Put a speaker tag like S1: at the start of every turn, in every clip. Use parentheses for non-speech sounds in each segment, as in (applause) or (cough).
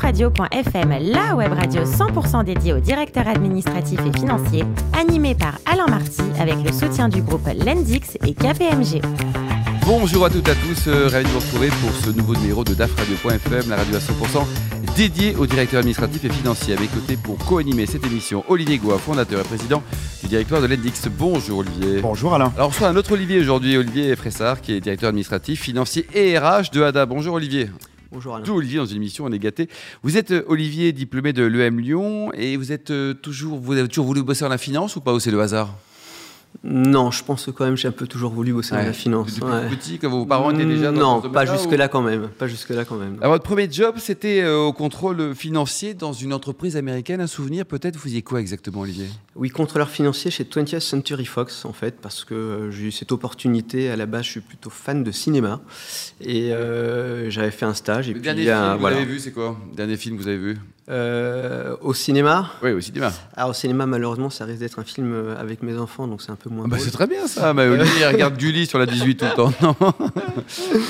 S1: Radio.fm, la web radio 100% dédiée aux directeurs administratifs et financiers, animée par Alain Marty avec le soutien du groupe Lendix et KPMG.
S2: Bonjour à toutes et à tous, euh, ravi de vous retrouver pour ce nouveau numéro de DAF Radio.fm, la radio à 100% dédiée aux directeurs administratifs et financiers. À mes côtés pour co-animer cette émission, Olivier Goua, fondateur et président du directoire de l'Endix. Bonjour Olivier.
S3: Bonjour Alain.
S2: Alors, on reçoit un autre Olivier aujourd'hui, Olivier Fressard, qui est directeur administratif, financier et RH de ADA. Bonjour Olivier.
S4: Bonjour Alain.
S2: Tout Olivier dans une émission, on est gâté. Vous êtes euh, Olivier, diplômé de l'EM Lyon, et vous êtes euh, toujours, vous avez toujours voulu bosser dans la finance ou pas ou c'est le hasard
S4: Non, je pense que quand même j'ai un peu toujours voulu bosser dans
S2: Ouais.
S4: la finance.
S2: Depuis
S4: ouais.
S2: petit, quand vos parents étaient déjà dans
S4: non,
S2: ce
S4: pas
S2: domaine-là, ou-
S4: jusque là quand même. Pas jusque là quand même. non.
S2: Alors, Ah, votre premier job, c'était euh, au contrôle financier dans une entreprise américaine. Un souvenir, peut-être, vous faisiez quoi exactement, Olivier
S4: Oui, contrôleur financier chez 20th Century Fox en fait, parce que euh, j'ai eu cette opportunité. À la base, je suis plutôt fan de cinéma et euh, j'avais fait un stage. Et
S2: Le
S4: puis,
S2: dernier
S4: il y a-
S2: film que vous
S4: voilà.
S2: avez vu, c'est quoi Le Dernier film que vous avez vu
S4: Euh, au cinéma.
S2: Oui, au cinéma.
S4: Alors au cinéma, malheureusement, ça risque d'être un film euh, avec mes enfants, donc c'est un peu moins.
S2: Ah bah,
S4: drôle.
S2: c'est très bien ça. Bah, Olivier (laughs) regarde Gulli sur la 18 tout le temps. Non. (laughs)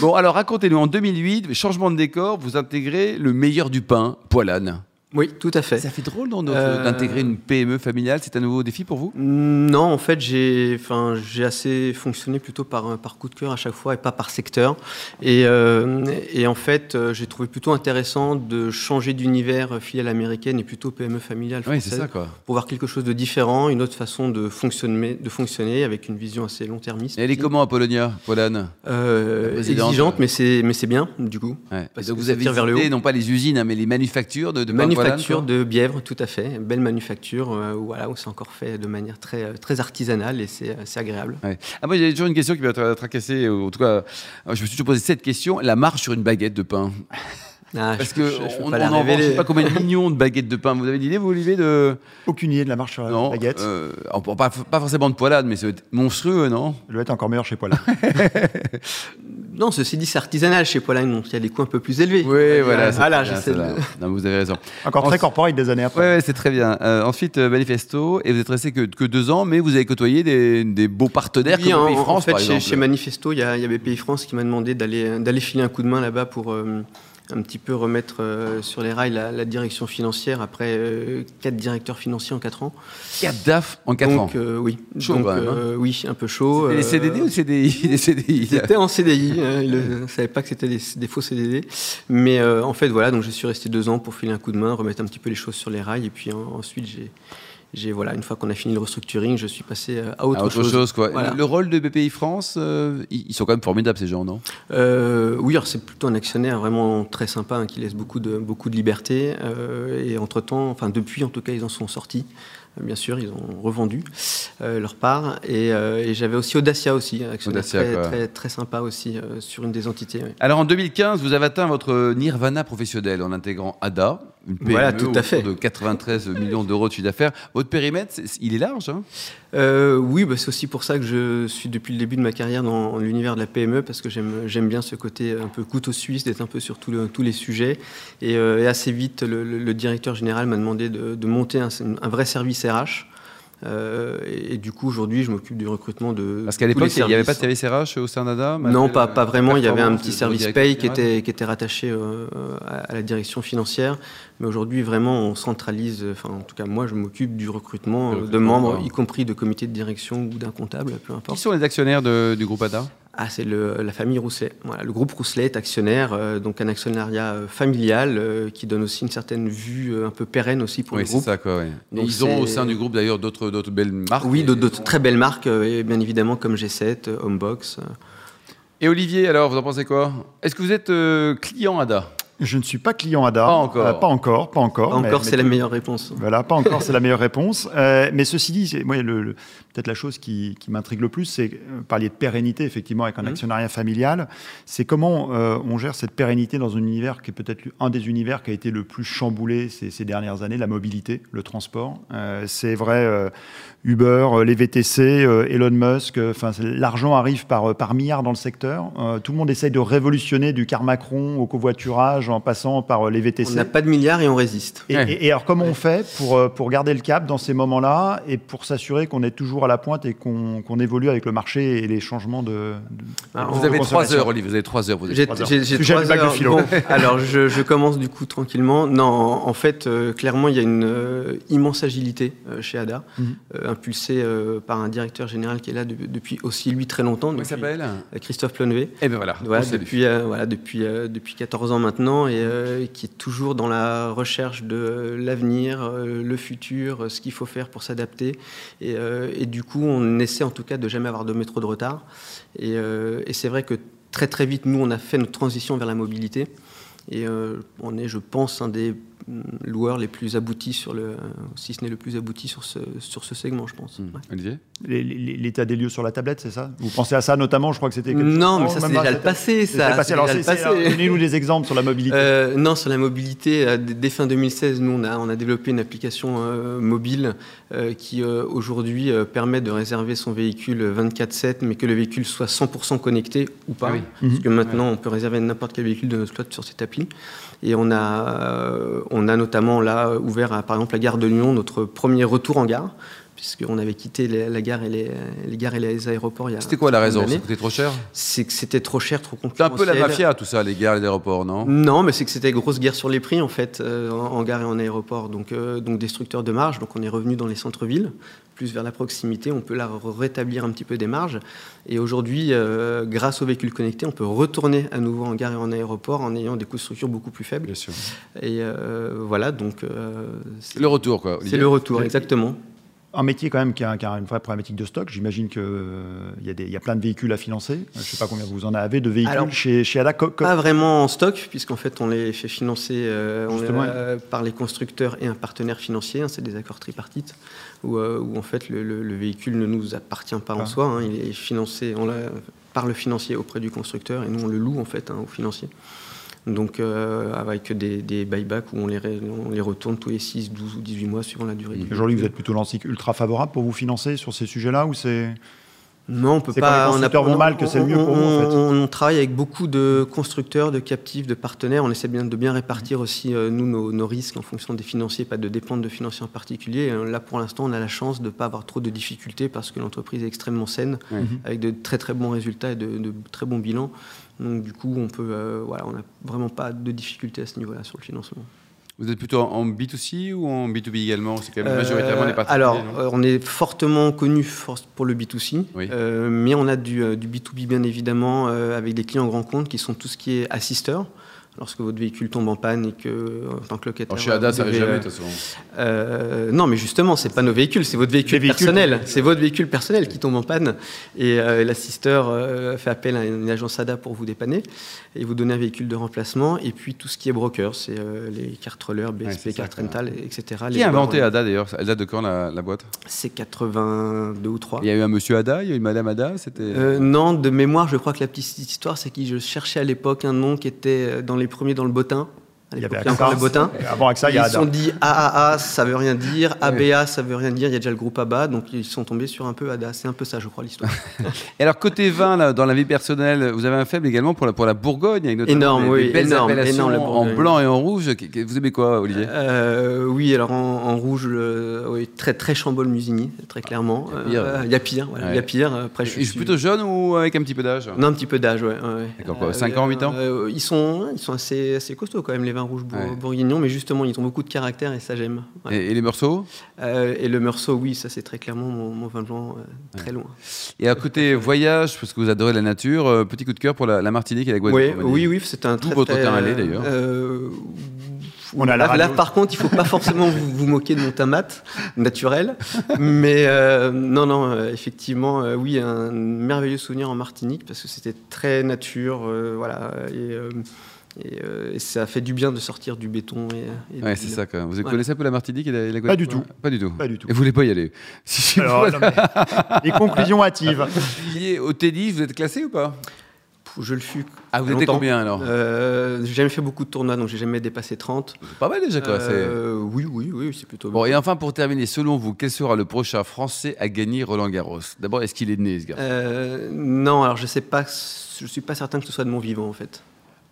S2: bon, alors racontez-nous, en 2008, changement de décor, vous intégrez le meilleur du pain, Poilane.
S4: Oui, tout à fait.
S2: Ça fait drôle non, notre-
S4: Euh,
S2: d'intégrer une PME familiale, c'est un nouveau défi pour vous
S4: Non, en fait, j'ai enfin, j'ai assez fonctionné plutôt par, par coup de cœur à chaque fois et pas par secteur. Et, euh, et en fait, euh, j'ai trouvé plutôt intéressant de changer d'univers euh, filiale américaine et plutôt PME familiale
S2: Oui, c'est
S4: française
S2: ça quoi.
S4: pour voir quelque chose de différent, une autre façon de fonctionner, de fonctionner avec une vision assez long-termiste.
S2: Et elle est comment, Apollonia, Poilane
S4: Euh,
S2: La présidente.
S4: Exigeante, mais c'est mais c'est bien, du coup.
S2: Ouais.
S4: Parce
S2: Donc
S4: que
S2: vous
S4: Bah, ça
S2: avez
S4: tire vers le
S2: visité,
S4: haut.
S2: non pas les usines, hein, mais les manufactures de, de pain
S4: manufacture
S2: Poilane, quoi.
S4: de Bièvre, tout à fait. Belle manufacture, euh, voilà, où c'est encore fait de manière très, euh, très artisanale et c'est euh, c'est agréable.
S2: Ouais. Ah, moi, j'avais toujours une question qui m'a tra- tracassé. ou En tout cas, je me suis toujours posé cette question la marche sur une baguette de pain.
S4: Ah,
S2: Parce
S4: je-
S2: que
S4: je- je peux
S2: on,
S4: pas
S2: on
S4: la
S2: en vend, je
S4: révéler.
S2: sais pas combien de millions de baguettes de pain. Vous avez une idée, vous, Olivier, de
S3: Aucune idée de la marche sur la baguette.
S2: euh, on- pas, pas forcément de poilade, mais c'est monstrueux, non
S3: Elle doit être encore meilleure chez Poilin.
S4: Non, ceci dit, c'est artisanal chez Poilane, donc il y a des coûts un peu plus élevés.
S2: Oui, voilà. c'est
S4: Voilà,
S2: très bien,
S4: j'essaie de-
S2: celle-là. Non, vous avez raison.
S3: Encore
S2: En-
S3: très corporate des années après.
S2: Ouais, ouais, c'est très bien. Euh, ensuite, euh, manifesto, et vous êtes resté que, que deux ans, mais vous avez côtoyé des, des beaux partenaires
S4: Oui,
S2: comme
S4: en,
S2: Pays
S4: en
S2: France,
S4: fait,
S2: par
S4: chez,
S2: exemple.
S4: chez Manifesto, il y, a il y a BPI France qui m'a demandé d'aller d'aller filer un coup de main là-bas pour euh, un petit peu remettre euh, sur les rails la, la direction financière après euh, quatre directeurs financiers en quatre ans.
S2: Quatre DAF en quatre ans.
S4: donc, euh, oui.
S2: Chaud,
S4: donc,
S2: quand même, hein.
S4: euh, oui, un peu chaud.
S2: Et les
S4: euh,
S2: CDD ou CDI Les CDI.
S4: Ils étaient en CDI, hein, ils ne savaient pas que c'était des, des faux CDD. Mais euh, en fait, voilà, donc je suis resté deux ans pour filer un coup de main, remettre un petit peu les choses sur les rails. Et puis en- ensuite, j'ai, j'ai, voilà, une fois qu'on a fini le restructuring, je suis passé euh, à autre,
S2: Ah, autre chose, quoi.
S4: Voilà.
S2: Le rôle de BPI France, euh, ils ils sont quand même formidables ces gens, non
S4: Euh, oui, alors c'est plutôt un actionnaire vraiment très sympa hein, qui laisse beaucoup de, beaucoup de liberté. euh, et entre-temps, enfin depuis en tout cas, ils en sont sortis. Euh, Bien sûr, ils ont revendu euh, leur part. Et, euh, et j'avais aussi Audacia aussi, un actionnaire
S2: Audacia,
S4: très,
S2: quoi.
S4: très, très sympa aussi euh, sur une des entités. oui.
S2: Alors en 2015, vous avez atteint votre nirvana professionnel en intégrant ADA, une PME
S4: Voilà, tout à
S2: autour
S4: fait.
S2: de 93 millions d'euros de chiffre d'affaires. Votre périmètre, c'est- il est large. hein
S4: Euh, oui, bah, c'est aussi pour ça que je suis depuis le début de ma carrière dans l'univers de la PME, parce que j'aime j'aime bien ce côté un peu couteau suisse, d'être un peu sur tout le- tous les sujets. Et, euh, et assez vite, le, le- le directeur général m'a demandé de, de monter un, un vrai service RH. Euh, et, et du coup, aujourd'hui, je m'occupe du recrutement de.
S2: Parce qu'à
S4: tous
S2: l'époque,
S4: les
S2: il n'y avait
S4: services.
S2: pas de service RH au sein d'ADA malgré
S4: Non,
S2: la-
S4: pas, pas vraiment. Il y avait un
S2: performance
S4: petit
S2: du
S4: service
S2: directeur
S4: paye qui
S2: général.
S4: était, qui était rattaché euh, à à la direction financière. Mais aujourd'hui, vraiment, on centralise, euh, enfin, en tout cas, moi, je m'occupe du recrutement
S2: Du
S4: euh, de
S2: recrutement,
S4: membres,
S2: ouais.
S4: y compris de comités de direction ou d'un comptable, peu
S2: Qui
S4: importe.
S2: sont les actionnaires de- du groupe ADA
S4: Ah, c'est le- la famille Rousselet. Voilà, le groupe Rousselet est actionnaire, euh, donc un actionnariat euh, familial euh, qui donne aussi une certaine vue euh, un peu pérenne aussi pour
S2: Oui,
S4: le
S2: c'est
S4: groupe.
S2: ça, quoi. ouais. Et
S4: Donc,
S2: ils ont au
S4: c'est-
S2: sein du groupe d'ailleurs d'autres d'autres belles marques.
S4: Oui,
S2: Et-
S4: de, de très belles marques, euh, et bien évidemment comme G7, euh, Homebox. euh,
S2: Et Olivier, alors, vous en pensez quoi Est-ce que vous êtes euh, client ADA
S3: Je ne suis pas client ADA.
S2: Pas encore.
S3: Euh, pas encore, pas
S2: Oh,
S3: encore.
S4: Pas
S3: mais-
S4: encore,
S3: mais
S4: c'est la
S3: tout-
S4: meilleure réponse.
S3: Voilà, pas encore, c'est la meilleure réponse. Euh, mais ceci dit, c'est- moi, le- le- peut-être la chose qui, qui m'intrigue le plus, c'est euh, parler de pérennité, effectivement, avec un
S4: Mhm.
S3: actionnariat familial. C'est comment euh, on gère cette pérennité dans un univers qui est peut-être un des univers qui a été le plus chamboulé ces, ces dernières années, la mobilité, le transport. Euh, c'est vrai, euh, Uber, euh, les VTC, euh, Elon Musk, euh, 'fin, c'est- l'argent arrive par, euh, par milliards dans le secteur. Euh, tout le monde essaye de révolutionner du car Macron au covoiturage chômage en passant par les VTC.
S4: On n'a pas de milliards et on résiste.
S3: Et,
S2: Ouais.
S3: et- et alors, comment on fait pour, euh, pour garder le cap dans ces moments-là et pour s'assurer qu'on est toujours à la pointe et qu'on qu'on évolue avec le marché et les changements de. de-
S4: Ah,
S3: de
S2: Vous avez trois
S3: consommation
S2: heures, Olivier, vous avez trois heures. Vous avez
S4: J'ai
S2: trois heures.
S4: j'ai- j'ai
S3: Sujet à la
S4: trois
S3: bague de
S4: heures.
S3: philo.
S4: Bon, alors je, je commence du coup tranquillement. Non, en, en fait, euh, clairement, il y a une euh, immense agilité euh, chez ADA,
S3: Mhm.
S4: euh, impulsée euh, par un directeur général qui est là de- depuis aussi lui très longtemps,
S2: Comment il
S4: depuis-
S2: s'appelle
S4: euh, Christophe Plenevé.
S2: Eh bien voilà,
S4: Voilà,
S2: on salue.
S4: depuis, euh, voilà, depuis, euh, depuis 14 ans maintenant, et euh, qui est toujours dans la recherche de euh, l'avenir, euh, le futur, euh, ce qu'il faut faire pour s'adapter. Et, euh, et du coup, on essaie en tout cas de jamais avoir de métro de retard. Et, euh, et c'est vrai que très très vite, nous, on a fait notre transition vers la mobilité. Et euh, on est, je pense, un des mm, loueurs les plus aboutis sur le, si ce n'est le plus abouti sur ce, sur ce segment, je pense.
S2: Hmm.
S4: Ouais.
S2: Olivier
S3: Les- les- L'état des lieux sur la tablette, c'est ça Vous pensez à ça notamment Je crois que c'était. quelque chose-
S4: Non, mais
S3: Oh,
S4: ça
S3: même
S4: c'est
S3: pas,
S4: déjà le
S3: c'était-
S4: passé,
S3: c'était
S4: ça.
S3: le passé.
S4: c'est
S3: Alors,
S4: déjà
S3: c'est-
S4: le
S3: c'est- alors,
S4: passé.
S3: donnez-nous des exemples sur la mobilité.
S4: Euh, non, sur la mobilité, euh, dès dès fin 2016, nous, on a, on a développé une application euh, mobile euh, qui, euh, aujourd'hui, euh, permet de réserver son véhicule 24-7, mais que le véhicule soit 100% connecté ou pas.
S2: Ah oui.
S4: Parce que maintenant, on peut réserver n'importe quel véhicule de notre flotte sur cette appli. Et on a, euh, on a notamment, là, ouvert, à, par exemple, la gare de Lyon, notre premier retour en gare, puisqu'on avait quitté les- la gare et les, les gares et les aéroports il y a
S2: C'était quoi la
S4: une
S2: raison
S4: année.
S2: C'était trop cher
S4: C'est que c'était trop cher, trop
S2: C'est un
S4: concurrentiel.
S2: peu la mafia, tout ça, les gares, les aéroports, non
S4: Non, mais c'est que c'était grosse guerre sur les prix en fait, euh, en, en gare et en aéroport. Donc, euh, donc destructeur de marge. Donc on est revenu dans les centres-villes, plus vers la proximité. On peut là re- rétablir un petit peu des marges. Et aujourd'hui, euh, grâce aux véhicules connectés, on peut retourner à nouveau en gare et en aéroport en ayant des coûts de structure beaucoup plus faibles.
S2: sûr.
S4: Et euh, voilà, donc euh, c'est
S2: Le retour, quoi.
S4: c'est
S2: Olivier.
S4: le retour, exactement.
S3: Un métier quand même qui a, qui a une vraie problématique de stock. J'imagine qu'il y, a des- il y a plein de véhicules à financer. Je ne sais pas combien vous en avez de véhicules
S4: Alors, Ah,
S3: chez, chez ADA. Co- co-
S4: Pas vraiment en stock, puisqu'en fait, on les fait financer euh, on les-
S3: Justement.
S4: euh, par les constructeurs et un partenaire financier. hein, c'est des accords tripartites, où, euh, où en fait, le, le- le véhicule ne nous appartient pas
S3: Ah.
S4: en soi. hein, il est financé on l'a- par le financier auprès du constructeur, et nous, on le loue en fait hein, au financier. Donc, euh, avec des, des buybacks où on les, ré- on les retourne tous les 6, 12 ou 18 mois, suivant la durée. du-
S3: Mmh. Aujourd'hui, vous êtes plutôt lancé ultra favorable pour vous financer sur ces sujets-là ou c'est
S4: Non, on peut
S3: C'est quand les
S4: pas.
S3: constructeurs vont mal que c'est le mieux pour vous, en fait.
S4: on- on travaille avec beaucoup de constructeurs, de captifs, de partenaires. On essaie bien de bien répartir aussi euh, nous nos, nos risques en fonction des financiers, pas de dépendre de financiers en particulier. Et, euh, Là, pour l'instant, on a la chance de ne pas avoir trop de difficultés parce que l'entreprise est extrêmement saine,
S2: Ouais.
S3: Mhm.
S4: avec de très très bons résultats et de, de très bons bilans. Donc du coup, on peut, euh, voilà, on n'a vraiment pas de difficultés à ce niveau-là sur le financement.
S2: Vous êtes plutôt en B2C ou en B2B également C'est quand même
S4: Euh,
S2: majoritairement les particuliers.
S4: Alors,
S2: non
S4: euh, on est fortement connu for- pour le B2C,
S2: Oui.
S4: euh, mais on a du, euh, du B2B bien évidemment euh, avec des clients grands comptes qui sont tout ce qui est assisteurs. Lorsque votre véhicule tombe en panne et que, euh, en tant que locataire.
S2: Alors, chez ADA,
S4: vous
S2: ça arrive
S4: devez,
S2: jamais,
S4: euh,
S2: de toute façon.
S4: euh, non, mais justement, c'est pas nos véhicules, c'est votre véhicule
S3: Les véhicules.
S4: personnel. C'est votre véhicule personnel qui tombe en panne. Et euh, l'assisteur euh, fait appel à une agence ADA pour vous dépanner et vous donner un véhicule de remplacement. Et puis tout ce qui est broker, c'est euh, les cartes roller,
S2: Ouais,
S4: BSP,
S2: c'est ça,
S4: cartes
S2: quoi.
S4: rental, etc.
S2: Qui
S4: Les
S2: a inventé
S4: joueurs, euh,
S2: ADA d'ailleurs Elle date de quand la, la boîte
S4: C'est 82 ou 3.
S2: Il y a eu un monsieur ADA, il y a eu une madame ADA, c'était.
S4: Euh, non, de mémoire, je crois que la petite histoire, c'est que je cherchais à l'époque un nom qui était euh, dans les premiers dans le bottin. À
S3: Il y
S4: l'époque,
S3: avait
S4: il y a encore
S3: AXA.
S4: le bottin.
S3: Et Avant que ça, il y
S4: ils
S3: a
S4: se sont
S3: ADA.
S4: dit AAA, ça veut rien dire, ABA, ça veut rien dire, il y a déjà le groupe ABA, donc ils sont tombés sur un peu ADA. C'est un peu ça, je
S2: (laughs)
S4: crois, l'histoire.
S2: Et alors, côté vin, là, dans la vie personnelle, vous avez un faible également pour la, pour la Bourgogne, avec notamment
S4: Énorme,
S2: des- des
S4: oui,
S2: belles
S4: énorme,
S2: appellations
S4: énorme, la
S2: en
S4: Bourgogne.
S2: blanc et en rouge. Qu- qu- Vous aimez quoi, Olivier
S4: Euh, oui, alors en, en rouge, euh, oui, très très Chambol-Musigny, très clairement.
S2: Il y a pire.
S4: Euh, Il y a pire, voilà, il y a
S2: Ouais.
S4: pire. euh, Après, bah, je
S2: Je
S4: suis
S2: suis plutôt jeune ou avec un petit peu d'âge
S4: On a un petit peu d'âge, ouais. ouais, ouais.
S2: D'accord, quoi, cinq ans, huit ans
S4: euh, Ils sont, ils sont assez, assez costauds quand même, les vins rouges bour-
S2: Ouais.
S4: bourguignons, mais justement, ils ont beaucoup de caractère et ça, j'aime. Ouais.
S2: Et, et les morceaux
S4: Euh, Et, le meursault, oui, ça, c'est très clairement mon, mon vin blanc, euh, très loin.
S2: Et à côté (laughs) voyage, parce que vous adorez la nature, euh, petit coup de cœur pour la, la Martinique et la
S4: Oui,
S2: Guadeloupe. on va
S4: oui,
S2: dire.
S4: oui, c'est un
S2: D'où
S4: très
S2: votre
S4: très,
S2: terrain
S4: euh,
S2: allé, d'ailleurs.
S4: euh,
S3: On a la
S4: là, là,
S3: radio.
S4: par contre, il faut pas forcément vous, vous moquer de mon tamat naturel, mais euh, non, non, euh, effectivement, euh, oui, un merveilleux souvenir en Martinique parce que c'était très nature, euh, voilà, et, euh, et, euh, et ça fait du bien de sortir du béton. Et, et
S2: Ouais,
S4: du-
S2: c'est ça quand même. Vous
S4: Voilà.
S2: connaissez un peu la Martinique et la, et la Guadeloupe
S3: du tout.
S2: Pas du tout.
S3: Pas du tout.
S2: Et vous voulez pas y aller (laughs) Si je suis
S3: Alors, non, mais- Les conclusions
S4: (laughs)
S3: hâtives.
S2: lié au tennis, vous êtes classé ou pas
S4: Pff, Je le fus.
S2: Ah, vous étiez
S4: longtemps.
S2: combien alors
S4: Euh, j'ai jamais fait beaucoup de tournois, donc j'ai jamais dépassé 30.
S2: Pas mal déjà classé.
S4: Euh, oui, oui, oui, c'est plutôt bien.
S2: Bon, et enfin, pour terminer, selon vous, quel sera le prochain Français à gagner Roland Garros D'abord, est-ce qu'il est né, ce gars
S4: Euh, non, alors je sais pas, je suis pas certain que ce soit de mon vivant en fait.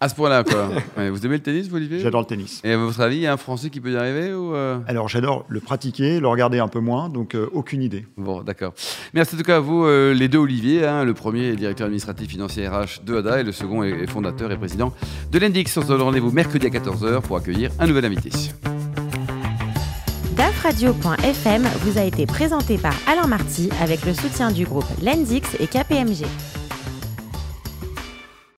S2: À ce point-là, quoi. Ouais, vous aimez le tennis, vous, Olivier
S3: J'adore le tennis.
S2: Et à votre avis, il y a un Français qui peut y arriver ou euh
S3: Alors j'adore le pratiquer, le regarder un peu moins, donc euh, aucune idée.
S2: Bon, d'accord. Merci en tout cas à vous, euh, les deux Olivier. hein. le premier est directeur administratif financier RH de ADA et le second est est fondateur et président de l'Endix. On se donne rendez-vous mercredi à 14h pour accueillir un nouvel invité.
S1: DAFradio.fm vous a été présenté par Alain Marty avec le soutien du groupe Lendix et KPMG.